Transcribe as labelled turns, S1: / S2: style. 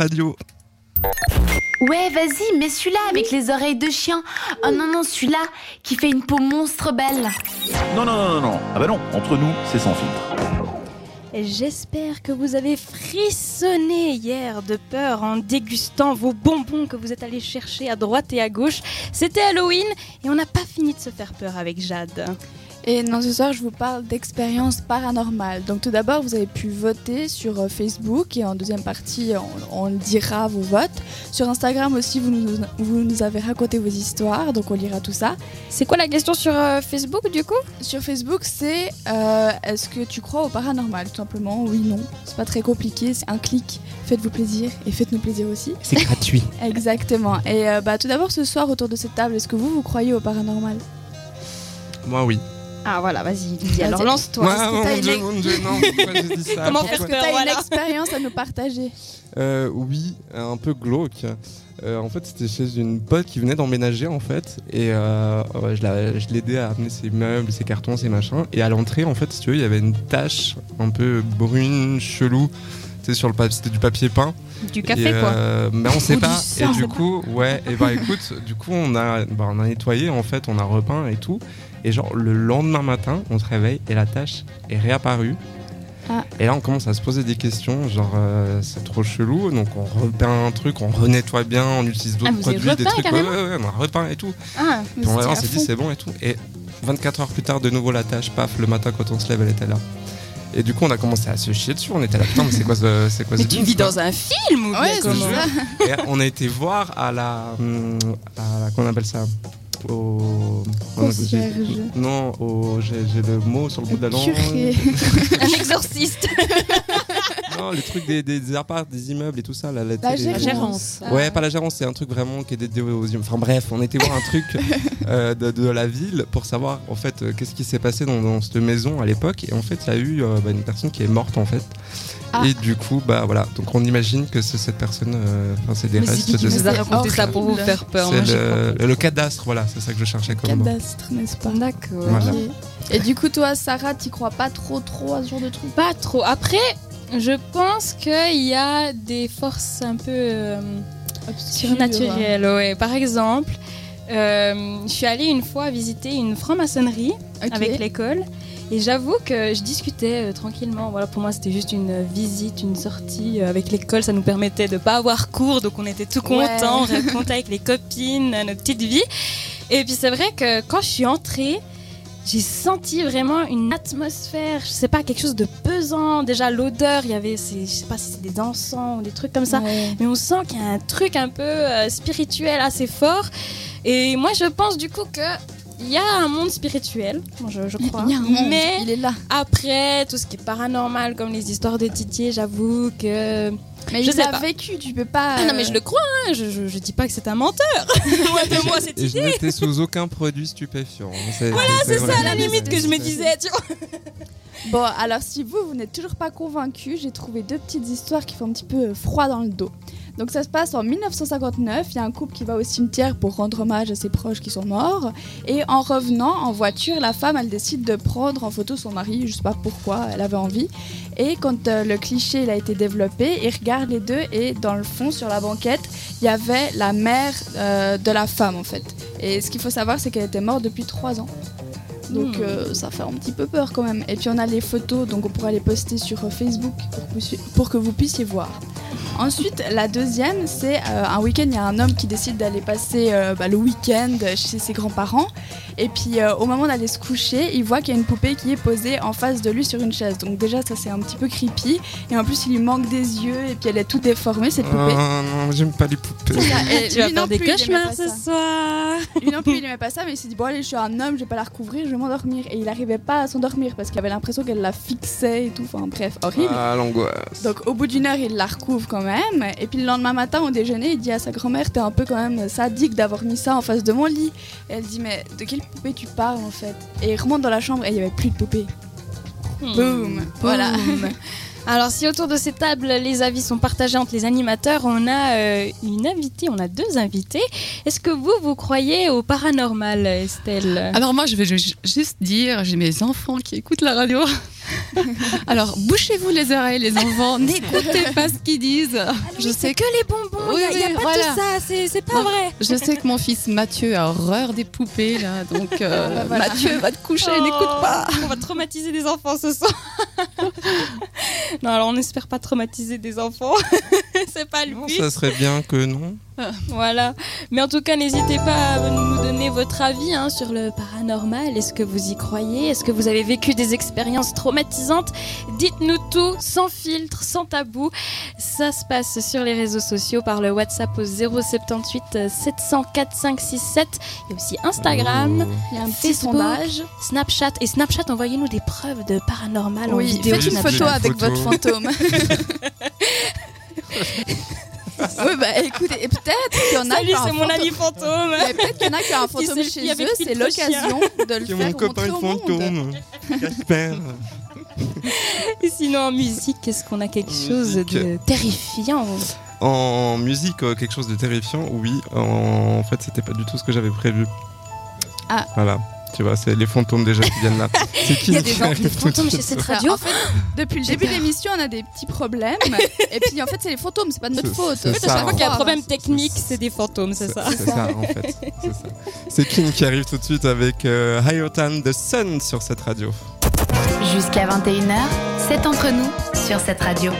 S1: Radio.
S2: Ouais, vas-y, mets celui-là avec les oreilles de chien. Oh non, non, celui-là qui fait une peau monstre belle.
S3: Non, non, non, non, non. Ah bah non, entre nous, c'est sans filtre.
S4: J'espère que vous avez frissonné hier de peur en dégustant vos bonbons que vous êtes allés chercher à droite et à gauche. C'était Halloween et on n'a pas fini de se faire peur avec Jade.
S5: Et dans ce soir, je vous parle d'expériences paranormales. Donc tout d'abord, vous avez pu voter sur euh, Facebook et en deuxième partie, on, on dira vos votes. Sur Instagram aussi, vous nous, vous nous avez raconté vos histoires, donc on lira tout ça.
S4: C'est quoi la question sur euh, Facebook du coup
S5: Sur Facebook, c'est euh, est-ce que tu crois au paranormal Tout simplement, oui, non. C'est pas très compliqué, c'est un clic. Faites-vous plaisir et faites-nous plaisir aussi.
S6: C'est gratuit.
S5: Exactement. Et euh, bah, tout d'abord, ce soir, autour de cette table, est-ce que vous, vous croyez au paranormal
S1: Moi, oui.
S4: Ah voilà, vas-y, Lily, alors
S5: Vas-y.
S4: lance-toi.
S1: Ah,
S5: que t'as
S1: mon
S5: une
S1: Dieu,
S5: ex-
S1: mon Dieu, non, pourquoi j'ai dit ça
S4: Comment
S1: Pourquoi
S4: faire
S5: Est-ce que
S4: peur,
S5: t'as
S4: voilà.
S5: une expérience à nous partager
S1: Euh, oui, un peu glauque. Euh, en fait, c'était chez une pote qui venait d'emménager en fait, et euh, ouais, je la- je l'aidais à amener ses meubles, ses cartons, ses machins. Et à l'entrée, en fait, si tu veux, il y avait une tache un peu brune, chelou. tu sais, Sur le papier, c'était du papier peint.
S4: Du café
S1: et,
S4: quoi.
S1: euh, Mais on sait
S4: Ou du
S1: pas.
S4: sang.
S1: Et du coup, ouais. Et bah écoute, du coup, on a, bah, on a nettoyé en fait, on a repeint et tout. Et genre le lendemain matin, on se réveille et la tâche est réapparue.
S5: Ah.
S1: Et là, on commence à se poser des questions, genre euh, c'est trop chelou. Donc on repeint un truc, on renettoie bien, on utilise d'autres
S4: Ah, vous avez
S1: produits, des
S4: repeint
S1: trucs. Ouais,
S4: carrément
S1: ouais, ouais, on a repeint et tout.
S4: Ah,
S5: Vous
S1: Puis on,
S5: étiez
S1: on
S5: à
S1: s'est dit
S5: fond.
S1: c'est bon et tout. Et 24 heures plus tard, de nouveau la tâche, paf, le matin quand on se lève, elle était là. Et du coup, on a commencé à se chier dessus. On était là, putain, mais c'est quoi ce, c'est quoi
S4: mais
S1: ce
S4: tu
S1: blues,
S4: vis
S1: quoi
S4: dans un film ou bien
S5: Ouais, c'est
S4: comment
S1: jeu.
S5: ça.
S1: et on a été voir à la. hum, à la- comment on appelle ça Au.
S5: Concierge.
S1: Non, au- j'ai j'ai le mot sur le bout de la langue.
S5: Curé.
S4: Un exorciste.
S1: Non, le truc des, des, des apparts, des immeubles et tout ça. Là, la,
S5: La
S1: tu sais, les-
S5: gérance.
S1: Ouais, pas la gérance, c'est un truc vraiment qui est dédié aux yeux. Enfin bref, on était voir un truc euh, de, de la ville pour savoir en fait euh, qu'est-ce qui s'est passé dans, dans cette maison à l'époque. Et en fait, il y a eu euh, bah, une personne qui est morte en fait.
S5: Ah.
S1: Et du coup, bah voilà. Donc on imagine que c'est cette personne, euh, enfin c'est des
S4: Mais c'est
S1: restes
S4: qui qui
S1: de
S4: vous a
S5: c'est
S4: raconté ça pour vous
S5: horrible.
S4: faire peur Moi,
S1: C'est
S4: j'y
S1: le, le cadastre, voilà, c'est ça que je cherchais comme mot.
S5: Cadastre, n'est-ce pas
S4: crois pas. D'accord.
S1: Voilà.
S5: Ok. Et du coup, toi, Sarah, t'y crois pas trop, trop à ce genre de truc
S7: Pas trop. Après, je pense qu'il y a des forces un peu euh, surnaturelles. ouais. Par exemple, euh, je suis allée une fois visiter une franc-maçonnerie
S5: euh, Ok.
S7: avec l'école. Et j'avoue que je discutais euh, tranquillement. Voilà, pour moi, c'était juste une euh, visite, une sortie euh, avec l'école. Ça nous permettait de pas avoir cours, donc on était tout contents. On racontait avec les copines euh, notre petite vie. Et puis c'est vrai que quand je suis entrée, j'ai senti vraiment une atmosphère. Je sais pas, quelque chose de pesant. Déjà l'odeur, il y avait, ces- je sais pas si c'est des encens ou des trucs comme ça.
S5: Ouais.
S7: Mais on sent qu'il y a un truc un peu euh, spirituel assez fort. Et moi, je pense du coup que il y a un monde spirituel, Bon, je, je crois.
S5: Il y a un monde,
S7: Mais
S5: il est là.
S7: après, tout ce qui est paranormal, comme les histoires de Titier, j'avoue que.
S5: Mais
S7: je
S5: il
S7: sais
S5: a
S7: pas.
S5: vécu, tu peux pas.
S7: Ah non, mais je le crois, hein. je, je, je dis pas que c'est un menteur. moi, de moi, cette
S1: Et je
S7: idée.
S1: n'étais sous aucun produit stupéfiant. Voilà,
S7: C'est ça, à la limite, que je me disais, tu vois.
S5: euh, Bon, alors si vous, vous n'êtes toujours pas convaincu, j'ai trouvé deux petites histoires qui font un petit peu euh, froid dans le dos. Donc ça se passe en 1959, il y a un couple qui va au cimetière pour rendre hommage à ses proches qui sont morts. Et en revenant en voiture, la femme, elle décide de prendre en photo son mari, je sais pas pourquoi, elle avait envie. Et quand euh, le cliché il a été développé, il regarde les deux et dans le fond, sur la banquette, il y avait la mère euh, de la femme en fait. Et ce qu'il faut savoir, c'est qu'elle était morte depuis 3 ans. Donc
S7: Hmm.
S5: euh, ça fait un petit peu peur quand même. Et puis on a les photos, donc on pourra les poster sur euh, Facebook pour que, vous puissiez- pour que vous puissiez voir. Ensuite, la deuxième, c'est euh, un week-end, il y a un homme qui décide d'aller passer euh, bah, le week-end chez ses grands-parents. Et puis euh, au moment d'aller se coucher, il voit qu'il y a une poupée qui est posée en face de lui sur une chaise. Donc déjà ça c'est un petit peu creepy. Et en plus il lui manque des yeux et puis elle est tout déformée cette poupée.
S1: non, j'aime pas les poupées.
S5: Et
S7: Tu vas faire
S5: lui non
S7: des
S5: plus, il aimait
S7: cauchemars
S5: pas
S7: ce
S5: ça.
S7: soir.
S5: Lui non plus, il aimait pas ça, mais il s'est dit Bon, allez, je suis un homme, je vais pas la recouvrir, je vais m'endormir. Et il arrivait pas à s'endormir parce qu'il avait l'impression qu'elle la fixait et tout. Enfin, bref, horrible.
S1: Ah, l'angoisse.
S5: Donc, au bout d'une heure, il la recouvre quand même. Et puis, le lendemain matin, au déjeuner, il dit à sa grand-mère T'es un peu quand même sadique d'avoir mis ça en face de mon lit. Et elle dit Mais de quelle poupée tu parles en fait Et il remonte dans la chambre et il y avait plus de poupée. Boum Voilà.
S7: Hmm. Alors si autour de ces tables les avis sont partagés entre les animateurs, on a euh, une invitée, on a deux invités. Est-ce que vous, vous croyez au paranormal, Estelle
S6: Alors moi, je vais ju- juste dire, j'ai mes enfants qui écoutent la radio. Alors bouchez-vous les oreilles, les enfants, n'écoutez pas ce qu'ils disent.
S5: Ah
S6: Je sais que
S7: les bonbons,
S6: Oui,
S7: il n'y a,
S6: oui,
S7: pas
S6: voilà.
S7: tout ça, c'est c'est pas
S6: Non.
S7: vrai.
S6: je sais que mon fils Mathieu a horreur des poupées là, donc euh,
S5: bah voilà.
S6: Mathieu va te coucher, n'écoute
S7: Oh,
S6: pas.
S7: On va traumatiser des enfants ce soir. non, alors on n'espère pas traumatiser des enfants. C'est pas le
S1: Non,
S7: but.
S1: ça serait bien que non.
S7: Voilà. Mais en tout cas, n'hésitez pas à nous donner votre avis hein, sur le paranormal. Est-ce que vous y croyez Est-ce que vous avez vécu des expériences traumatisantes Dites-nous tout, sans filtre, sans tabou. Ça se passe sur les réseaux sociaux par le WhatsApp au 078 704 567. Il y a aussi Instagram.
S5: Il y a un petit
S7: Facebook.
S5: sondage.
S7: Snapchat et Snapchat, envoyez-nous des preuves de paranormal en
S5: Oui,
S7: vidéo.
S5: faites une
S1: Snapchat.
S5: photo avec
S1: Photo.
S5: votre fantôme. oui, bah écoutez, et peut-être qu'il y en a
S7: Salut,
S5: qui ont un
S7: c'est mon
S5: fantôme-
S7: ami fantôme.
S5: Mais peut-être qu'il y en a qui ont un fantôme
S7: s'est
S5: chez
S7: lié avec
S5: eux, c'est
S7: Filtre
S5: l'occasion de le
S1: Qui est
S5: faire
S1: mon copain
S5: montrer
S1: le
S5: au monde.
S1: fantôme. Casper.
S7: Et sinon, en musique, est-ce qu'on a quelque
S1: En
S7: chose
S1: musique.
S7: de terrifiant
S1: En musique, euh, quelque chose de terrifiant, oui. En, en fait, c'était pas du tout ce que j'avais prévu.
S5: Ah.
S1: Voilà. Tu vois, c'est les fantômes déjà qui viennent là. C'est qui
S7: Il y a des
S1: qui
S7: gens-
S1: arrive
S7: des
S1: tout de
S7: fantômes
S1: suite
S7: chez cette
S5: Enfin,
S7: radio.
S5: Bah, en fait, depuis le début de l'émission, on a des petits problèmes. Et puis, en fait, c'est les fantômes, c'est pas de notre
S1: C'est-
S5: faute.
S1: c'est
S5: En fait, à
S1: ça,
S5: chaque fois
S1: en
S5: qu'il y a un problème,
S1: technique, c'est
S7: des fantômes, c'est
S1: C'est ça, en fait. C'est ça. C'est Kim qui arrive tout de suite avec euh, Higher Than the Sun sur cette radio.
S2: Jusqu'à 21h, c'est entre nous sur cette radio.